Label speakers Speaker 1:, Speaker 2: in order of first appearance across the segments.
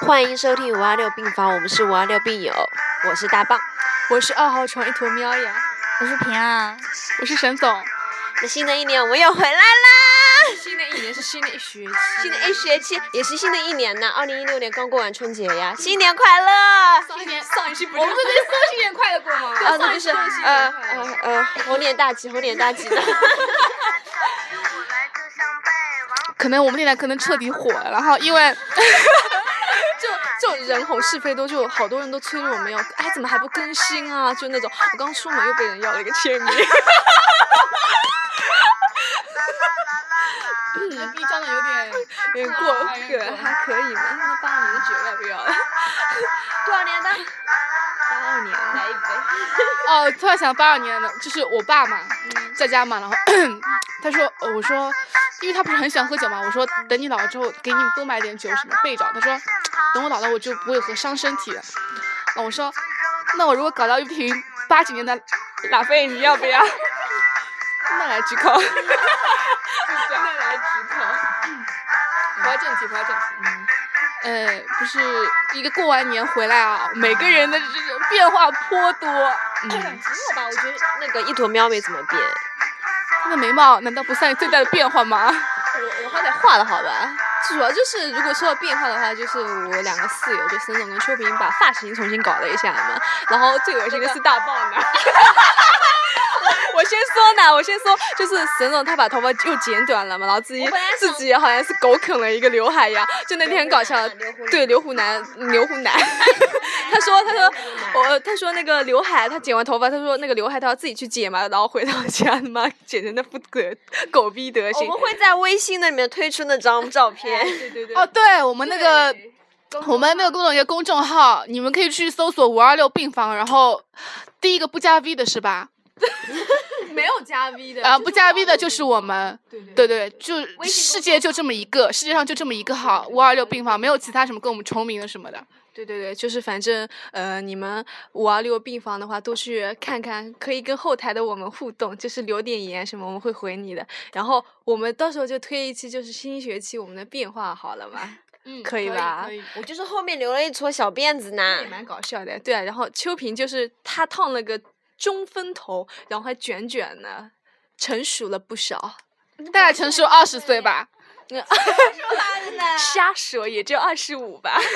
Speaker 1: 欢迎收听五二六病房，我们是五二六病友，我是大棒。
Speaker 2: 我是二号床一坨喵呀，
Speaker 3: 我是平安，
Speaker 2: 我是沈总。
Speaker 1: 那新的一年我们又回来啦，
Speaker 2: 新的一年是新的一学期，
Speaker 1: 新的一学期也是新的一年呐，二零一六年刚过完春节呀，新年快乐！
Speaker 2: 上一年上一期不是
Speaker 3: 我们不是说新年快乐过吗？
Speaker 1: 啊，那
Speaker 2: 上
Speaker 1: 就
Speaker 2: 一
Speaker 1: 是
Speaker 2: 期都是新
Speaker 1: 呃
Speaker 2: 年快
Speaker 1: 呃
Speaker 2: 乐
Speaker 1: 呃，猴年大吉，猴年大 吉的。
Speaker 2: 可能我们那台可能彻底火了，然后因为 就就人红是非多，就好多人都催着我们要，哎，怎么还不更新啊？就那种，我刚出门又被人要了一个签 名。嗯，逼装的有点有点过分，还可以吧？那八二年九要不要了？
Speaker 1: 多少年的？
Speaker 2: 八二年的。
Speaker 1: 来一杯。
Speaker 2: 哦，突然想八二年的，就是我爸嘛，嗯在家嘛，然后 他说，呃我说，因为他不是很喜欢喝酒嘛，我说等你老了之后给你多买点酒什么备着。他说，等我老了我就不会喝，伤身体了。啊，我说，那我如果搞到一瓶八几年的拉菲，你要不要？ 那来几口。 那来几口。回到正题，回到正题。呃，不是一个过完年回来啊，每个人的这个变化颇多。嗯，
Speaker 1: 没有吧？我觉得那个一坨喵没怎么变，
Speaker 2: 他的眉毛难道不算最大的变化吗？
Speaker 1: 我我
Speaker 4: 好歹画了好吧。主要就是，如果说到变化的话，就是我两个室友，就沈总跟秋萍，把发型重新搞了一下嘛。然后最恶心的是大棒呢。 我先说呢，我先说，就是沈总他把头发又剪短了嘛，然后自己
Speaker 1: 我本来想
Speaker 4: 自己好像是狗啃了一个刘海一样，就那天很搞笑。对，刘胡南，刘胡 南，他说他说我他说那个刘海，他剪完头发，他说那个刘海他要自己去剪嘛，然后回到家他妈 剪成那副德狗逼德
Speaker 1: 我
Speaker 4: 行
Speaker 1: 们。会在微信那里面推出那张照片。
Speaker 4: 哎
Speaker 2: 哦，对，我们那个。我们那个公众一个公众号，你们可以去搜索五二六病房，然后第一个不加 V 的是 吧？
Speaker 3: 没有加 V 的
Speaker 2: 啊、不加 V 的就是我们，
Speaker 3: 对对
Speaker 2: 对对，就世界就这么一个，世界上就这么一个号，五二六病房，没有其他什么跟我们重名的什么的。
Speaker 4: 对对对，就是反正呃，你们五二六病房的话，都去看看，可以跟后台的我们互动，就是留点言什么，我们会回你的。然后我们到时候就推一期，就是新学期我们的变化，好了嘛，
Speaker 2: 嗯
Speaker 4: 可以吧
Speaker 2: 可以
Speaker 1: 我就是后面留了一撮小辫子呢
Speaker 4: 也。
Speaker 2: 嗯
Speaker 4: 蛮搞笑的。对啊，然后秋萍就是她烫了个中分头，然后还卷卷的，成熟了不少。
Speaker 2: 大概成熟二十岁吧。
Speaker 4: 瞎说，也就二十五吧。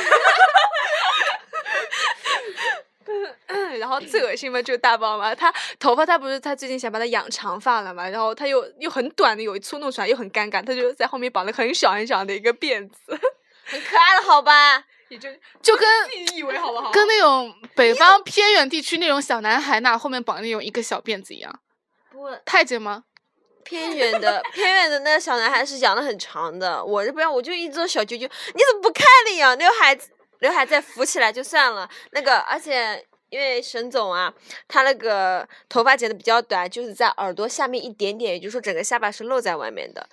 Speaker 4: 然后最恶心嘛，就是大宝嘛，他头发他不是他最近想把它养长发了嘛，然后他又又很短的有一簇弄出来，又很尴尬，他就在后面绑了很小很小的一个辫子，
Speaker 1: 很可爱了，好吧？
Speaker 4: 也就
Speaker 2: 就跟
Speaker 4: 自以为好不好？
Speaker 2: 跟那种北方偏远地区那种小男孩那后面绑那种一个小辫子一样。
Speaker 1: 不，
Speaker 2: 太监吗？
Speaker 1: 偏远的偏远的那个小男孩是养的很长的，我这边我就一只小揪揪，你怎么不看了呀？刘海刘海再浮起来就算了，那个而且。因为沈总啊，他那个头发剪的比较短，就是在耳朵下面一点点，也就是说整个下巴是露在外面的。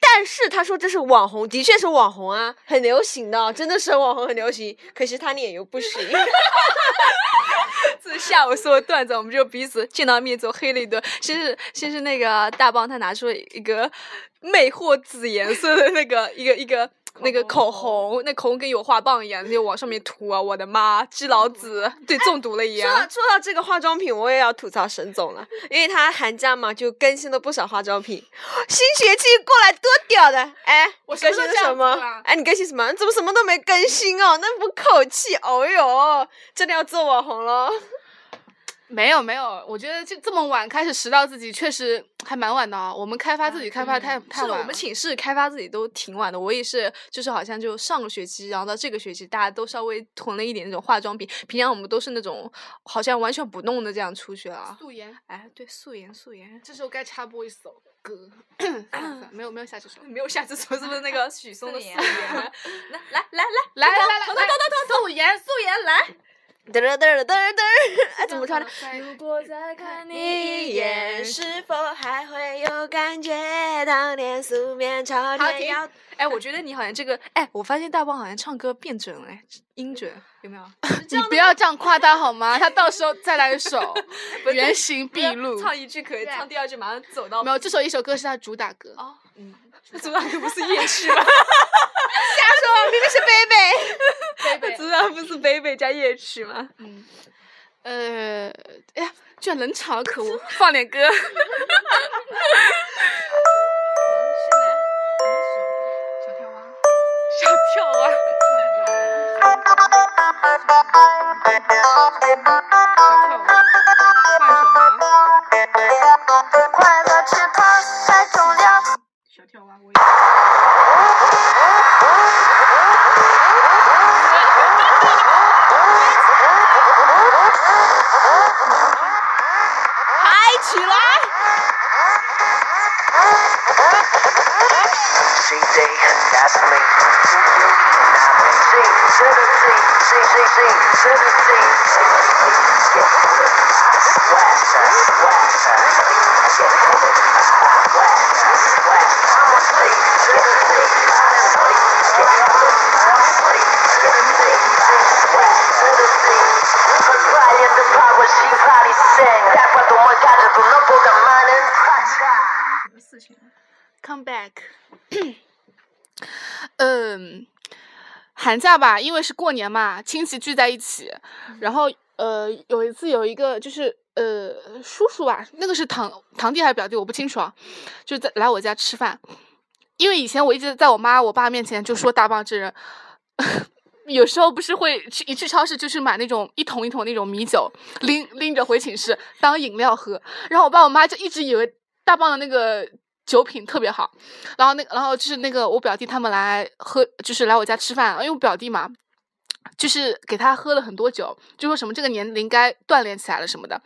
Speaker 1: 但是他说这是网红，的确是网红啊，很流行的，真的是网红很流行。可惜他脸又不行。
Speaker 4: 自下午说的段子，我们就彼此见到面就黑了一顿。先是先是那个大棒，他拿出了一个魅惑紫颜色的那个一个一个那个口红，那口红跟油画棒一样，就往上面涂啊！我的妈，知老子对中毒了一
Speaker 1: 说到
Speaker 4: 样。
Speaker 1: 说到这个化妆品，我也要吐槽沈总了，因为他寒假嘛就更新了不少化妆品。 新学期过来多屌的，哎，
Speaker 2: 我
Speaker 1: 你
Speaker 2: 什么
Speaker 1: 更
Speaker 2: 都
Speaker 1: 新了
Speaker 2: 这样
Speaker 1: 什
Speaker 2: 子啊
Speaker 1: 么
Speaker 2: 啦？
Speaker 1: 哎，你更新什么？你怎么什么都没更新哦？那不口气，哦哟，真的要做网红喽！
Speaker 2: 没有没有，我觉得就这么晚开始拾到自己，确实还蛮晚的啊。我们开发自己开发太、太
Speaker 4: 是的，
Speaker 2: 晚
Speaker 4: 我
Speaker 2: 了。
Speaker 4: 们寝室开发自己都挺晚的，我也是，就是好像就上个学期，然后到这个学期，大家都稍微囤了一点那种化妆品。平常我们都是那种好像完全不弄的这样出去了啊。
Speaker 2: 素颜，
Speaker 4: 哎，对，素颜素颜。
Speaker 2: 这时候该插播一首 歌，没有没有下这首。
Speaker 4: 没有下次说是不 是那个许嵩的
Speaker 3: 四
Speaker 4: 四言？
Speaker 3: 爷
Speaker 4: 来来来来，
Speaker 2: 来来来来，来
Speaker 4: 等等等等等，素颜素颜来。
Speaker 1: 嘚儿嘚儿嘚儿嘚儿，哎，怎么唱的？
Speaker 2: 的？
Speaker 3: 果再看
Speaker 1: 你一
Speaker 2: 嗯
Speaker 1: 眼，是否还会有感觉？当年素面朝
Speaker 4: 好
Speaker 1: 天
Speaker 4: 停
Speaker 1: 要
Speaker 4: 哎，我觉得你好像这个，哎，我发现大棒好像唱歌变准了，哎音准有 没有？
Speaker 2: 你不要这样夸他好吗？他到时候再来一 首《
Speaker 4: 是
Speaker 2: 原形毕露》。
Speaker 4: 唱一句可以，唱第二句马上走到
Speaker 2: 没。有，这首一首歌是他主打歌。
Speaker 4: 哦，嗯，那主打歌不是夜市吗？
Speaker 1: 说明明是贝贝。
Speaker 2: 贝贝
Speaker 4: 组长不是北北加夜曲吗？
Speaker 2: 嗯，呃，哎呀，居然冷场了，可恶！
Speaker 4: 放点歌。
Speaker 2: 小跳蛙，
Speaker 4: 小跳蛙、
Speaker 2: 小跳蛙，换一首吧。
Speaker 5: 快乐只怕太重要。
Speaker 2: 小跳蛙，我也。
Speaker 1: 嗨起来！
Speaker 6: C D, that's me. C C C C C C C C. The power she probably sang. That's why the one got it from the book of mine and pride.
Speaker 2: Come back 。 嗯，寒假吧，因为是过年嘛，亲戚聚在一起，然后呃，有一次有一个就是呃叔叔吧，那个是堂堂弟还是表弟，我不清楚啊，就在来我家吃饭，因为以前我一直在我妈我爸面前就说大棒这人。 有时候不是会去一去超市就去买那种一桶一桶那种米酒，拎拎着回寝室当饮料喝。然后我爸我妈就一直以为大棒的那个酒品特别好，然后那个然后就是那个我表弟他们来喝，就是来我家吃饭，因为我表弟嘛。就是给他喝了很多酒，就说什么这个年龄该锻炼起来了什么的，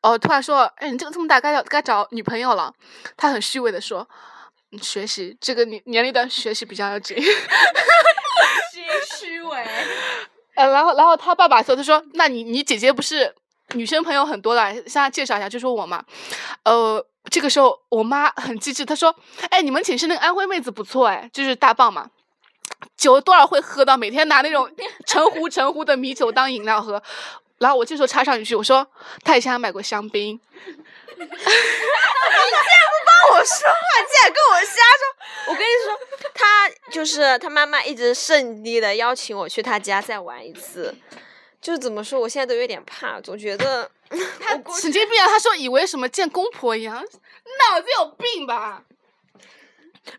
Speaker 2: 哦，突然说，哎，你这个这么大该找该找女朋友了，他很虚伪的说，嗯学习这个年年龄段学习比较要紧，
Speaker 3: 虚伪，
Speaker 2: 呃，然后然后他爸爸说，他说，那你你姐姐不是女生朋友很多了，向他介绍一下，就说我嘛，呃，这个时候我妈很机智，她说，哎，你们寝室那个安徽妹子不错哎，就是大棒嘛。酒多少会喝到，每天拿那 种成壶成壶的米酒当饮料喝。然后我这时候插上一句，我说他以前还买过香槟，
Speaker 1: 我说话竟然跟我瞎说！我跟你说，他就是他妈妈一直圣地的邀请我去他家再玩一次，就是怎么说，我现在都有点怕，总觉得我过
Speaker 2: 神经病啊！他说以为什么见公婆一样，脑子有病吧？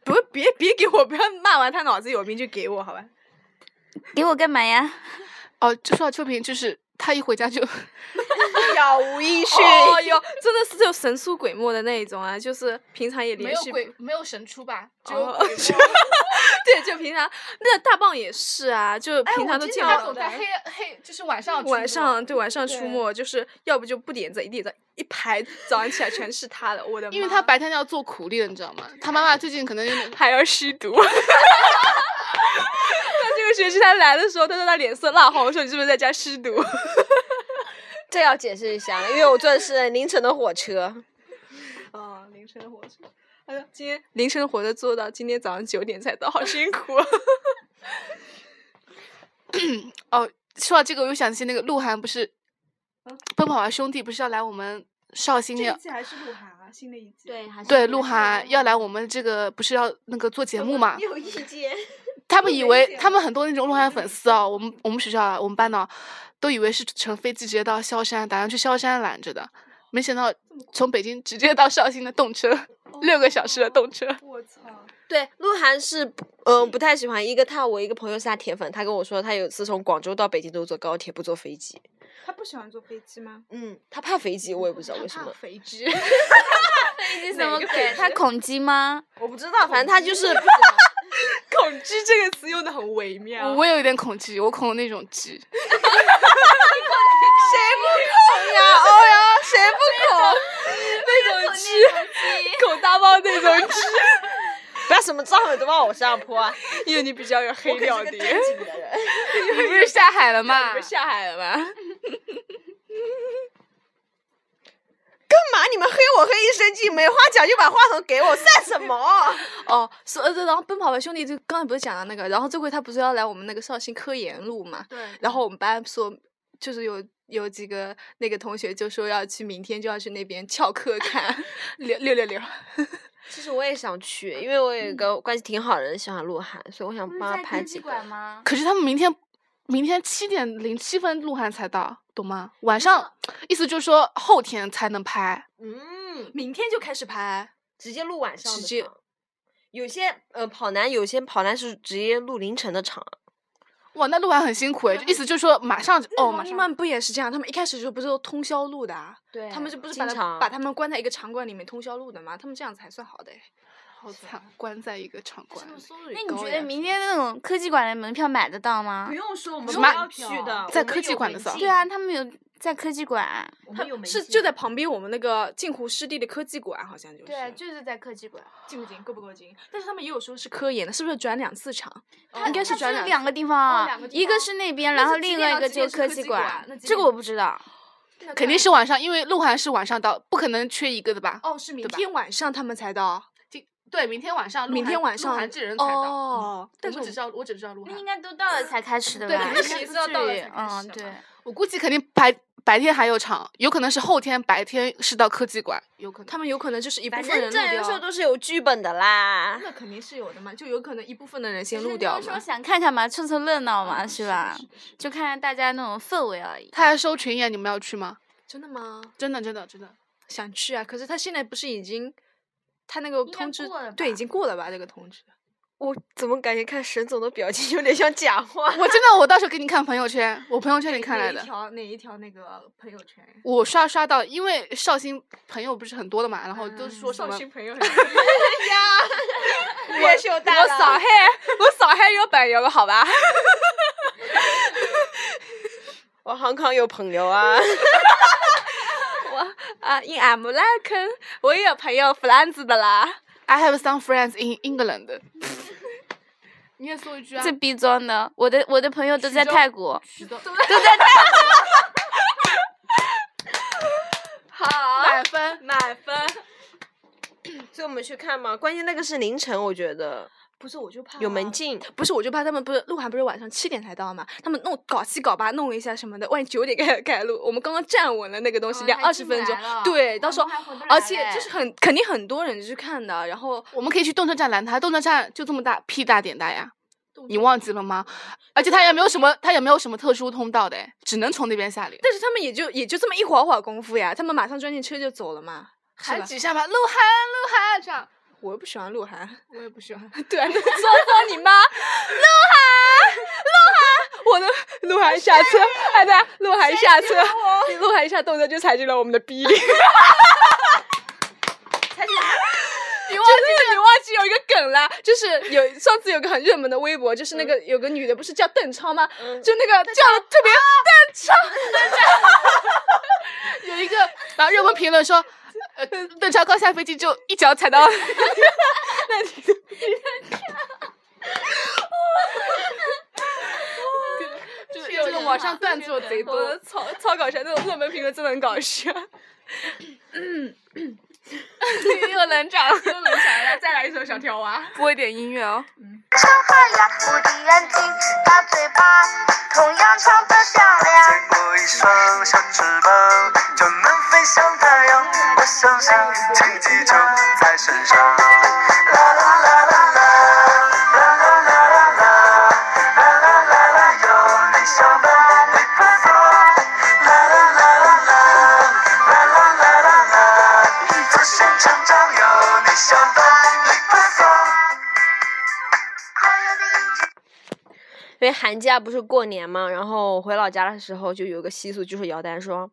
Speaker 4: 不是，别别给我，不要骂完他脑子有病就给我，好吧？
Speaker 3: 给我干嘛呀？
Speaker 2: 哦，就说到秋萍，就是他一回家就
Speaker 1: 杳无音讯。
Speaker 4: 哦哟，真的是就神出鬼没的那一种啊，就是平常也
Speaker 2: 没
Speaker 4: 联
Speaker 2: 有
Speaker 4: 系
Speaker 2: 鬼，没有神出吧？只有
Speaker 4: 哦
Speaker 2: 鬼没有
Speaker 4: 对，就平常那大棒也是啊，就
Speaker 2: 哎
Speaker 4: 平常都见
Speaker 2: 他
Speaker 4: 不
Speaker 2: 总
Speaker 4: 到。
Speaker 2: 在黑黑，就是晚上出
Speaker 4: 晚
Speaker 2: 没
Speaker 4: 上对晚上出
Speaker 2: 对
Speaker 4: 没，就是要不就不点赞，一点赞一排，早上起来全是他的，我的妈！
Speaker 2: 因为他白天要做苦力的，你知道吗？他妈妈最近可能有点
Speaker 4: 还要吸毒。 他这个学期他来的时候，他说他脸色蜡黄，我说你是不是在家吸毒？
Speaker 1: 这要解释一下了，因为我坐的是凌晨的火车。
Speaker 4: 啊，凌晨的火车，哎呀，今天凌晨的火车坐到今天早上九点才到，好辛苦。啊
Speaker 2: 哦。说到这个，我又想起那个鹿晗不是《
Speaker 4: 嗯
Speaker 2: 奔跑吧兄弟》不是要来我们绍兴要
Speaker 4: 季还是鹿晗啊，新的一季。
Speaker 3: 对，还是
Speaker 2: 对鹿晗要来我们这个不是要那个做节目 嘛？
Speaker 1: 有意见。
Speaker 2: 他们以为他们很多那种鹿晗粉丝哦，我们我们学校啊，我们班的哦都以为是乘飞机直接到萧山，打算去萧山拦着
Speaker 4: 哦
Speaker 2: 的，没想到从北京直接到绍兴的动车，
Speaker 4: 哦
Speaker 2: 六个小时的动车。
Speaker 4: 我操！
Speaker 1: 对，鹿晗是嗯、呃不太喜欢，一个他我一个朋友是他铁粉，他跟我说他有次从广州到北京都坐高铁不坐飞机。
Speaker 4: 他不喜欢坐飞机吗？
Speaker 1: 嗯，他怕飞机，我也不知道为什么，
Speaker 4: 肥 机。
Speaker 3: 飞机
Speaker 4: 哪
Speaker 3: 什么
Speaker 4: 个
Speaker 3: 鬼？他恐鸡吗？
Speaker 1: 我不知道，反正他就是不喜欢
Speaker 4: 恐惧这个词用的很微妙。
Speaker 2: 我也有点恐惧，我恐那种 鸡。
Speaker 1: 呀，哦呀，谁不恐？
Speaker 4: 那种鸡， 狗大包那种 鸡，
Speaker 1: 不要什么脏水都往我身上泼啊！
Speaker 4: 因为你比较有 黑料的。啊
Speaker 1: 经的 人。
Speaker 2: 你不是下海了吗
Speaker 4: 你们？下海了吧？
Speaker 1: 干嘛？你们黑我黑一身劲，没话讲就把话筒给我，算什么？
Speaker 4: 哦，说呃，对然后《奔跑吧兄弟》就刚才不是讲到那个，然后这回他不是要来我们那个绍兴科研路嘛？
Speaker 2: 对
Speaker 4: 然后我们班说，就是有有几个那个同学就说要去，明天就要去那边翘课看六六六六。
Speaker 1: 其实我也想去，因为我有一个关系挺好的人喜欢鹿晗，所以我想
Speaker 3: 不是
Speaker 1: 帮
Speaker 3: 在
Speaker 1: 他拍
Speaker 3: 天
Speaker 1: 几
Speaker 3: 气
Speaker 1: 个。
Speaker 3: 馆吗？
Speaker 2: 可是他们明天，明天七点零七分鹿晗才到，懂吗？晚上，意思就是说后天才能拍。
Speaker 1: 嗯，
Speaker 4: 明天就开始拍，
Speaker 1: 直接录晚上的
Speaker 4: 直接
Speaker 1: 场。有些呃跑男，有些跑男是直接录凌晨的场。
Speaker 2: 哇，那鹿晗很辛苦
Speaker 4: 啊
Speaker 2: 哎，就意思就是说马上就哦，马
Speaker 4: 他
Speaker 2: 上
Speaker 4: 们不也是这样？他们一开始就不是都通宵录的、啊，
Speaker 1: 对
Speaker 4: 他们就不是
Speaker 1: 经
Speaker 4: 把
Speaker 1: 常
Speaker 4: 他把他们关在一个场馆里面通宵录的吗？他们这样才算好的哎。
Speaker 2: 好惨，关在一个场馆里。
Speaker 3: 那你觉得明天那种科技馆的门票买得到吗？
Speaker 1: 用说，我们
Speaker 2: 什么在
Speaker 1: 我们
Speaker 2: 科技
Speaker 1: 有
Speaker 2: 馆
Speaker 1: 门
Speaker 2: 的时候
Speaker 3: 对啊，他们有在科技馆。
Speaker 1: 禁，我们有门
Speaker 4: 是
Speaker 1: 禁
Speaker 4: 就在旁边我们那个镜湖湿地的科技馆，好像就是。
Speaker 3: 啊就是在科技馆。
Speaker 4: 进不进，够不够进？但是他们也有说是科研的，是不是转两次场？
Speaker 3: 它
Speaker 4: 应该是
Speaker 3: 它
Speaker 4: 转两
Speaker 3: 有哦两个地方
Speaker 4: 哦
Speaker 3: 啊
Speaker 4: 两个，地
Speaker 3: 一个
Speaker 4: 方
Speaker 3: 是那边，
Speaker 4: 那
Speaker 3: 然
Speaker 4: 是
Speaker 3: 后
Speaker 4: 几
Speaker 3: 另
Speaker 4: 点
Speaker 3: 外一
Speaker 4: 到
Speaker 3: 个
Speaker 4: 几
Speaker 3: 就
Speaker 4: 点是
Speaker 3: 科
Speaker 4: 科
Speaker 3: 技
Speaker 4: 技
Speaker 3: 馆
Speaker 4: 馆那，几
Speaker 3: 这个
Speaker 4: 点
Speaker 3: 我不知道。
Speaker 2: 肯
Speaker 4: 啊
Speaker 2: 定是晚上，因为鹿晗是晚上到，不可能缺一个的吧？
Speaker 4: 哦，是明
Speaker 2: 对吧
Speaker 4: 天晚上他们才到，
Speaker 2: 对，明天晚上鹿晗，
Speaker 4: 明天晚上
Speaker 2: 鹿晗这人才到。
Speaker 4: 哦
Speaker 2: 嗯
Speaker 4: 但
Speaker 2: 我们
Speaker 4: 是我
Speaker 2: 只知道，我只知道鹿晗
Speaker 3: 那。应该都到了才开始的吧？
Speaker 2: 对肯定
Speaker 3: 应
Speaker 2: 是
Speaker 3: 该
Speaker 2: 一
Speaker 3: 不
Speaker 2: 直要
Speaker 3: 至
Speaker 2: 到了
Speaker 3: 于
Speaker 2: 才开始
Speaker 3: 嗯，
Speaker 2: 的
Speaker 3: 对
Speaker 2: 嘛。我估计肯定白白天还有场，有可能是后天白天是到科技馆，有可能。
Speaker 4: 他们有可能就是一部
Speaker 1: 反
Speaker 4: 分
Speaker 1: 正
Speaker 4: 人
Speaker 1: 真人
Speaker 4: 录
Speaker 1: 秀
Speaker 4: 掉。
Speaker 1: 都是有剧本的啦。
Speaker 4: 那肯定是有的嘛，就有可能一部分的人
Speaker 3: 只
Speaker 4: 先
Speaker 3: 是
Speaker 4: 录
Speaker 3: 就是
Speaker 4: 掉
Speaker 3: 说
Speaker 4: 嘛。
Speaker 3: 想看看嘛，凑凑热闹嘛，是吧
Speaker 4: 是？
Speaker 3: 就看看大家那种氛围而已。
Speaker 2: 他还收群演，你们要去吗？
Speaker 4: 真的吗？
Speaker 2: 真的，真的，真的。
Speaker 4: 想去啊，可是他现在不是已经，他那个
Speaker 3: 该
Speaker 4: 通知
Speaker 3: 过了
Speaker 4: 对已
Speaker 3: 吧
Speaker 4: 经过了吧？这个通知。
Speaker 1: 我怎么感觉看沈总的表情有点像假话？
Speaker 2: 我真的，我到时候给你看朋友圈，我朋友圈里看
Speaker 4: 哪
Speaker 2: 来
Speaker 4: 一
Speaker 2: 的。
Speaker 4: 条哪一条那个朋友圈？
Speaker 2: 我刷刷到，因为绍兴朋友不是很多的嘛，然后都
Speaker 4: 嗯
Speaker 2: 说什么
Speaker 4: 朋友呀，我秀大我
Speaker 1: 了
Speaker 4: 上海， 我上海有朋友了，好吧？
Speaker 1: 我杭康有朋友啊，
Speaker 4: 啊，in American，我也有朋友弗兰子的啦。
Speaker 2: I have some friends in England 。你也说一句啊
Speaker 3: 最，逼装的，我的我的朋友都在
Speaker 2: 徐州
Speaker 3: 泰国，
Speaker 2: 徐总
Speaker 4: 好，
Speaker 2: 满分。
Speaker 4: 满分。
Speaker 1: 所以我们去看嘛。关键那个是凌晨，我觉得
Speaker 4: 不是，我就怕
Speaker 1: 有门。禁。
Speaker 4: 不是，我就怕他们不是鹿晗不是晚上七点才到嘛？他们弄搞七搞八弄一下什么的，万一九点开始开录，我们刚刚站稳了那个东西，
Speaker 3: 哦
Speaker 4: 两
Speaker 3: 还
Speaker 4: 二十
Speaker 3: 进不
Speaker 4: 分钟
Speaker 3: 来了，
Speaker 4: 对，到时候
Speaker 3: 我们还回不来
Speaker 4: 而且
Speaker 3: 嘞
Speaker 4: 就是很肯定很多人去看的，然后
Speaker 2: 我们可以去动车站拦他，动车站就这么大，屁大点大呀。你忘记了吗？而且他也没有什么，他也没有什么特殊通道的，哎只能从那边下流。
Speaker 4: 但是他们也就也就这么一会儿会儿功夫呀，他们马上钻进车就走了嘛。是
Speaker 2: 喊
Speaker 4: 吧
Speaker 2: 几下吧，鹿晗，鹿晗，啊这样。
Speaker 4: 我又不喜欢鹿晗，
Speaker 2: 我也不喜欢。
Speaker 4: 对，说说你妈，鹿晗，鹿晗，我的鹿晗下车，哎对啊，鹿晗下车，鹿晗一下动作就踩进了我们的逼里。你忘记了，你忘记有一个梗啦，就是有上次有个很热门的微博，就是那个有个女的不是叫邓超吗？就那个叫得 特别邓超，
Speaker 2: 有一个，然后热门评论 说，呃，邓超刚下飞机就一脚踩到就这个网上段子我贼多。
Speaker 4: 我超超搞笑，那种热门评论真的很搞 笑。又冷场，又冷场，来再来一首 小条蛙，播一点音乐哦。
Speaker 5: 长发呀，无敌眼镜，大嘴巴，同样长得漂亮。
Speaker 6: 再多一双小翅膀，就能飞向太阳。我想象氢气球在身上。啦啦啦啦啦，啦啦啦啦啦，啦啦啦啦，有你相伴会奔跑。啦啦啦啦啦，啦啦啦啦啦，自信成长有你相伴会奔跑。快乐的一天。
Speaker 1: 因为寒假不是过年嘛，然后回老家的时候就有个习俗，就是摇单双，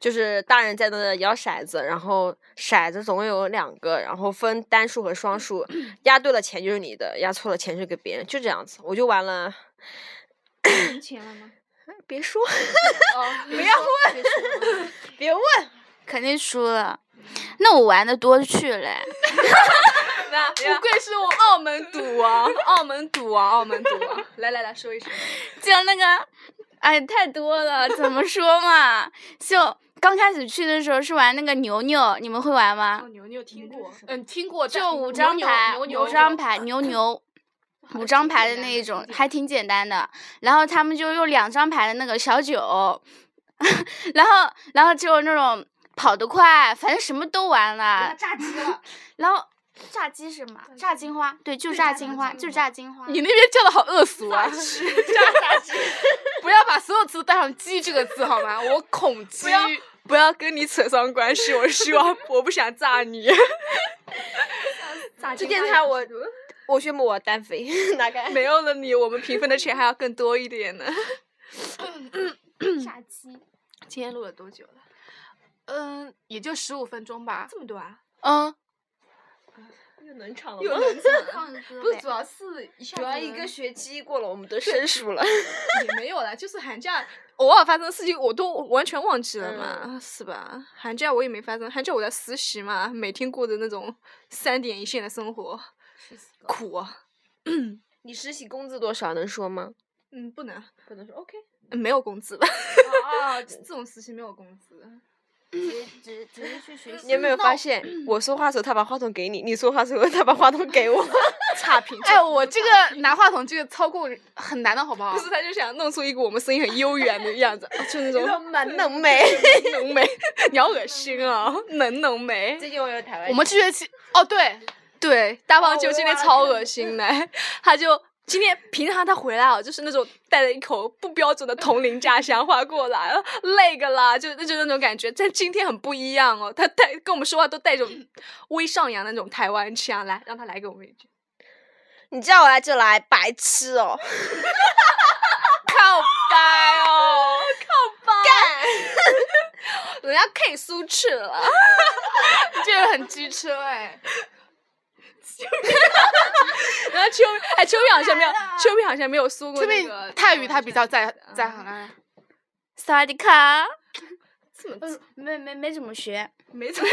Speaker 1: 就是大人在那摇骰子，然后骰子总共有两个，然后分单数和双数，压对了钱就是你的，压错了钱就给别人，就这样子，我就玩了。
Speaker 4: 赢钱了吗？
Speaker 1: 别说，哦
Speaker 2: 不要问，
Speaker 1: 别问，
Speaker 3: 肯定输了。那我玩的多去了，
Speaker 4: 不愧是我澳门赌 王，澳门赌王，澳门赌王。来来来说一说，
Speaker 3: 就那个，哎，太多了，怎么说嘛？就刚开始去的时候是玩那个牛牛，哦你们会玩吗？
Speaker 4: 牛牛听过，
Speaker 2: 嗯，听过，
Speaker 3: 就五张牌，
Speaker 2: 牛
Speaker 3: 五张牌， 牛牛。五张牌的那一种还挺简单的，然后他们就用两张牌的那个小九， 然后然后就那种跑得快，反正什么都玩了，
Speaker 4: 炸鸡了，
Speaker 3: 然后炸鸡是吗？炸金花，对，就炸金花，嗯就炸金花。
Speaker 2: 你那边叫的好恶俗啊！ 不要把所有词都带上“鸡”这个字好吗？我恐鸡。
Speaker 4: 不要不要跟你扯上关系，我希望 我不想炸你。
Speaker 1: 这电台我我宣布我单飞，大概
Speaker 4: 没有了你，我们评分的钱还要更多一点呢。
Speaker 3: 炸鸡，
Speaker 4: 今天录了多久了？
Speaker 2: 嗯，也就十五分钟吧。
Speaker 4: 这么短、啊？
Speaker 2: 嗯，
Speaker 1: 又能唱了
Speaker 4: 又
Speaker 1: 吗？
Speaker 4: 能
Speaker 3: 放歌
Speaker 4: 不是，
Speaker 3: 呗
Speaker 4: 主要是一下
Speaker 1: 主要
Speaker 4: 子
Speaker 1: 一个
Speaker 4: 能
Speaker 1: 学期过了，我们都生疏了。
Speaker 4: 也没有了，就是寒假偶尔发生的事情，我都完全忘记了嘛，啊是吧？寒假我也没发生，寒假我在实习嘛，每天过着那种三点一线的生活，苦啊。
Speaker 1: 你实习工资多少能说吗？
Speaker 4: 嗯，不能，
Speaker 1: 不能说，OK。
Speaker 4: 没有工资的，
Speaker 1: 哦，
Speaker 4: 这种实习没有工资。
Speaker 3: 只只只是去学习。
Speaker 1: 你有没有发现，我说话的时候他把话筒给你，你说话的时候他把话筒给 我？
Speaker 4: 差评，
Speaker 2: 哎，我这个拿话筒这个操控很难的，好不好
Speaker 4: 不？是，他就想弄出一个我们声音很悠远的样子，啊就 那种
Speaker 1: 蛮能美。
Speaker 4: 浓眉， 你好恶心啊，能浓眉。
Speaker 1: 最近我有台湾
Speaker 2: 我们这学期哦，对，
Speaker 4: 对，大
Speaker 1: 哦
Speaker 4: 胖舅
Speaker 1: 我
Speaker 4: 今天
Speaker 1: 忘
Speaker 4: 超
Speaker 1: 了
Speaker 4: 恶心的，他就今天平常他回来啊，就是那种带着一口不标准的同龄家乡话过来，啊累个啦，就那就那种感觉。但今天很不一样哦，他带跟我们说话都带着微上扬的那种台湾腔，来让他来给我们一句，
Speaker 1: 你叫我来就来，白痴哦！
Speaker 4: 靠掰哦，靠掰，人家 K 苏去了。
Speaker 2: 这个很机车哎。
Speaker 4: 然后秋哎，秋萍好像没有，秋萍好像没有输过
Speaker 2: 说
Speaker 4: 那
Speaker 2: 明
Speaker 4: 个
Speaker 2: 泰语他比较在在行啊。
Speaker 3: 萨瓦迪卡，
Speaker 4: 这么
Speaker 3: 呃没没没怎么学，
Speaker 4: 没怎么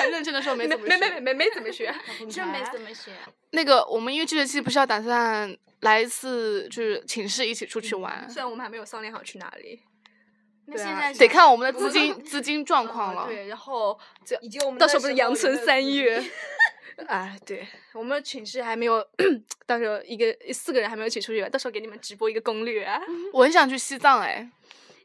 Speaker 2: 很认真的时候没
Speaker 4: 没
Speaker 2: 怎么
Speaker 4: 没
Speaker 2: 学
Speaker 4: 没没没怎么学，
Speaker 3: 真没怎么学。
Speaker 2: 那个，我们因为这学期不是要打算来一次，就是寝室一起出去玩，
Speaker 4: 虽然我们还没有商量好去哪里。
Speaker 3: 那
Speaker 2: 对
Speaker 3: 现
Speaker 2: 啊
Speaker 3: 在，
Speaker 2: 得
Speaker 3: 想
Speaker 2: 看我们的资 金资金状况了。
Speaker 4: 对，然后这
Speaker 1: 以及我们
Speaker 4: 到
Speaker 1: 那
Speaker 4: 时候不是阳春
Speaker 1: 有一个
Speaker 4: 三 月？哎，嗯对，我们寝室还没有， 到时候一个四个人还没有一起出去玩，到时候给你们直播一个攻略、啊。
Speaker 2: 我很想去西藏哎，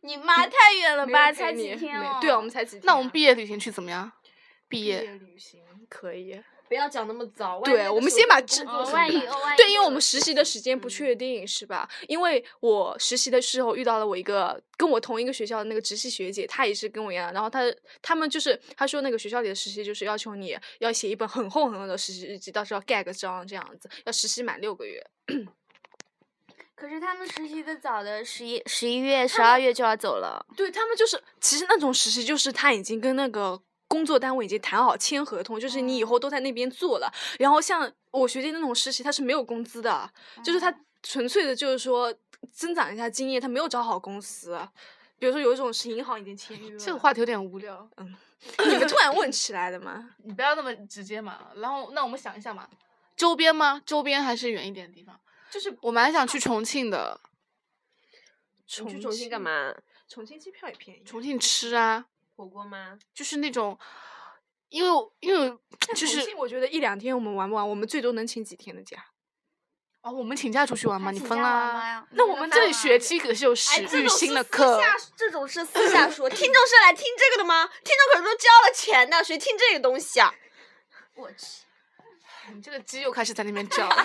Speaker 3: 你妈太远了
Speaker 4: 没
Speaker 3: 吧？
Speaker 4: 人陪
Speaker 3: 才
Speaker 4: 你
Speaker 3: 几天
Speaker 4: 没
Speaker 3: 哦。
Speaker 4: 对啊，我们才几天啊、
Speaker 2: 那我们毕业旅行去怎么样？嗯毕
Speaker 4: 业啊
Speaker 2: 业
Speaker 4: 旅行可以。
Speaker 1: 不要讲那么早。万一那
Speaker 4: 对，
Speaker 1: 个
Speaker 4: 我们
Speaker 1: 时候
Speaker 4: 先把
Speaker 1: 工
Speaker 4: 这
Speaker 1: 作
Speaker 3: 哦，
Speaker 1: 什么
Speaker 3: 万
Speaker 1: 的
Speaker 3: 一哦万一
Speaker 4: 对，因为我们实习的时间不确定，是吧？因为我实习的时候遇到了我一个跟我同一个学校的那个直系学姐，她也是跟我一样，然后她他们就是她说那个学校里的实习就是要求你要写一本很厚很厚的实习日记，到时候要盖个章这样子，要实习满六个月。
Speaker 3: 可是他们实习的早的，十一十一月、十二月就要走了。
Speaker 4: 对他们就是，其实那种实习就是他已经跟那个工作单位已经谈好签合同，就是你以后都在那边做了。然后像我学姐那种实习，她是没有工资的，就是她纯粹的就是说增长一下经验，她没有找好公司。比如说有一种是银行已经签约了，
Speaker 2: 这个话题有点无聊，
Speaker 4: 你们突然问起来的吗？
Speaker 2: 嗯你不要那么直接嘛。然后那我们想一下嘛，周边吗？周边还是远一点的地方？
Speaker 4: 就是
Speaker 2: 我们还想去重庆的，
Speaker 1: 你去重庆干？嘛？
Speaker 4: 重庆机票也便宜，
Speaker 2: 重庆吃啊，
Speaker 1: 火锅吗？
Speaker 2: 就是那种，因为因为
Speaker 4: 但
Speaker 2: 就
Speaker 4: 重
Speaker 2: 是
Speaker 4: 庆我觉得一两天我们玩不完，我们最多能请几天的假。
Speaker 2: 哦，我们请假出去玩嘛，
Speaker 3: 还
Speaker 2: 你
Speaker 3: 请
Speaker 2: 分
Speaker 3: 假玩
Speaker 2: 啦。
Speaker 3: 吗？
Speaker 2: 那我们这
Speaker 3: 里
Speaker 2: 里学期可是有史
Speaker 1: 这
Speaker 2: 玉
Speaker 1: 种
Speaker 2: 新
Speaker 1: 是
Speaker 2: 的
Speaker 1: 私
Speaker 2: 课，
Speaker 1: 下这种是私下说，听众是来听这个的吗？听众可是都交了钱的，谁听这个东西啊？
Speaker 3: 我去，
Speaker 2: 你这个鸡又开始在那边叫了。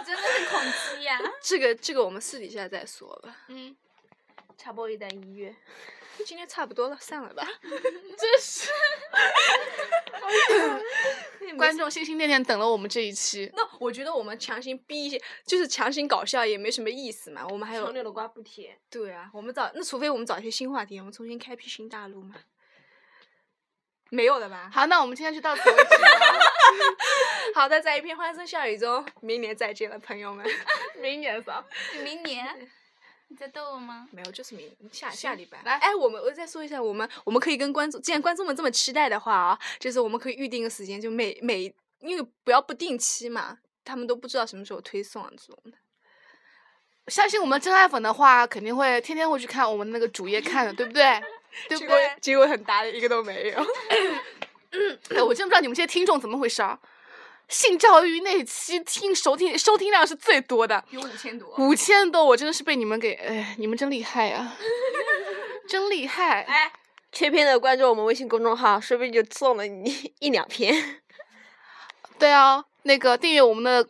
Speaker 3: 我真的是恐鸡呀！
Speaker 4: 这个这个我们私底下再说吧。
Speaker 2: 嗯，
Speaker 1: 插播一段音乐。
Speaker 4: 今天差不多了，散 了吧。
Speaker 2: 真 是观众心心念念等了我们这一期。
Speaker 4: 那我觉得我们强行逼一些，就是强行搞笑也没什么意思嘛。我们还有
Speaker 1: 的瓜不甜。
Speaker 4: 对啊，我们找那除非我们找一些新话题，我们重新开辟新大陆嘛。没有了吧？
Speaker 2: 好，那我们今天就到此为止了。
Speaker 4: 好的，在一片欢声笑语中，明年再见了，朋 友们。
Speaker 2: 明年啥？
Speaker 3: 明年，你在逗我吗？
Speaker 4: 没有，就是明下下礼拜。
Speaker 2: 来
Speaker 4: 哎，我们我再说一下，我们我们可以跟观众，既然观众们这么期待的话啊，就是我们可以预定一个时间，就每每因为不要不定期嘛，他们都不知道什么时候推送啊这种 的。
Speaker 2: 相信我们的真爱粉的话，肯定会天天会去看我们的那个主页看的，对不对？对不
Speaker 4: 结果
Speaker 2: 对？
Speaker 4: 结果很搭的，一个都没有。
Speaker 2: 哎，我真不知道你们这些听众怎么回事儿。性教育那期听收听收听量是最多的，
Speaker 4: 有五千多
Speaker 2: 五千多，我真的是被你们给，哎，你们真厉害呀、真厉害！
Speaker 1: 缺片的关注我们微信公众号，说不定就送了你一两篇。
Speaker 2: 对哦，那个订阅我们的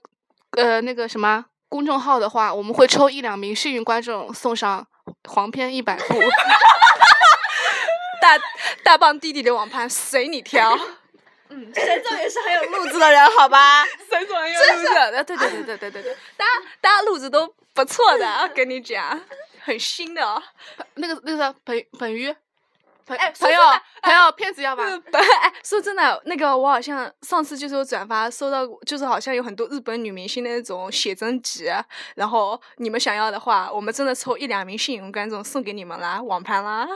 Speaker 2: 呃那个什么公众号的话，我们会抽一两名幸运观众送上黄片一百部。
Speaker 4: 大大棒弟弟的网盘随你 挑，嗯
Speaker 1: 沈总也是很有路子的人，好吧？
Speaker 4: 沈总又路子的，对对对对对对 对，大家大家路子都不错的啊，跟你讲，很新的啊。
Speaker 2: 那个那个本本鱼，朋
Speaker 4: 哎
Speaker 2: 朋
Speaker 4: 说真
Speaker 2: 友
Speaker 4: 的
Speaker 2: 朋友骗子要吧？
Speaker 4: 日本，哎，说真的，那个我好像上次就是有转发收到过，就是好像有很多日本女明星的那种写真集，然后你们想要的话，我们真的抽一两名幸运观众送给你们啦，网 盘啦。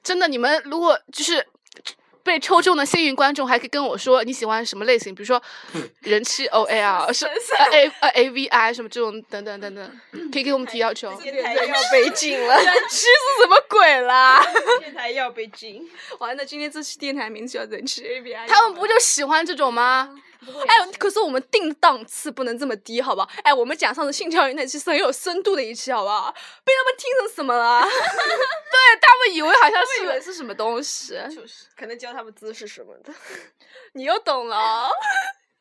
Speaker 2: 真的，你们如果就是被抽中的幸运观众，还可以跟我说你喜欢什么类型，比如 说人气 OL 是呃 A 呃 AVI 什么这种等等等等，可以给我们提要
Speaker 4: 哎
Speaker 2: 求。
Speaker 1: 电台要被禁 了，
Speaker 4: 人气是什么鬼啦？
Speaker 1: 电台要被禁。
Speaker 4: 完了，今天这期电台名字叫人气 A B I。
Speaker 2: 他们不就喜欢这种吗？
Speaker 4: 哎，可是我们定档次不能这么低，好不好？哎，我们讲上次性教育那期是很有深度的一期，好不好？被他们听成什么了？
Speaker 2: 对他们以为好像
Speaker 4: 他们以
Speaker 2: 是
Speaker 4: 为是什么东西？
Speaker 1: 可能教他们姿势什么的。
Speaker 4: 你又懂了 哦，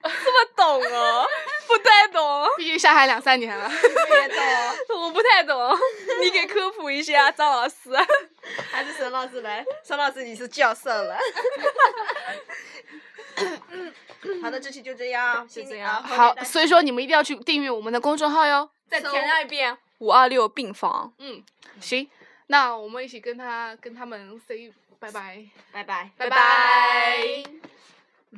Speaker 4: 这么懂哦， 不太懂，
Speaker 2: 毕竟下海两三年了。
Speaker 4: 我不太 懂，你给科普一下，张老师。
Speaker 1: 还是沈老师来，沈老师你是教授 了。好的，这期就这样，啊
Speaker 4: 就
Speaker 1: 就
Speaker 4: 这
Speaker 1: 这
Speaker 4: 样
Speaker 1: 样。
Speaker 2: 好，所以说你们一定要去订阅我们的公众号哟。
Speaker 4: 再强调一遍，五二六病房，
Speaker 2: 嗯，行，那我们一起跟他跟他们 say 拜拜，
Speaker 1: 拜拜。
Speaker 2: 拜拜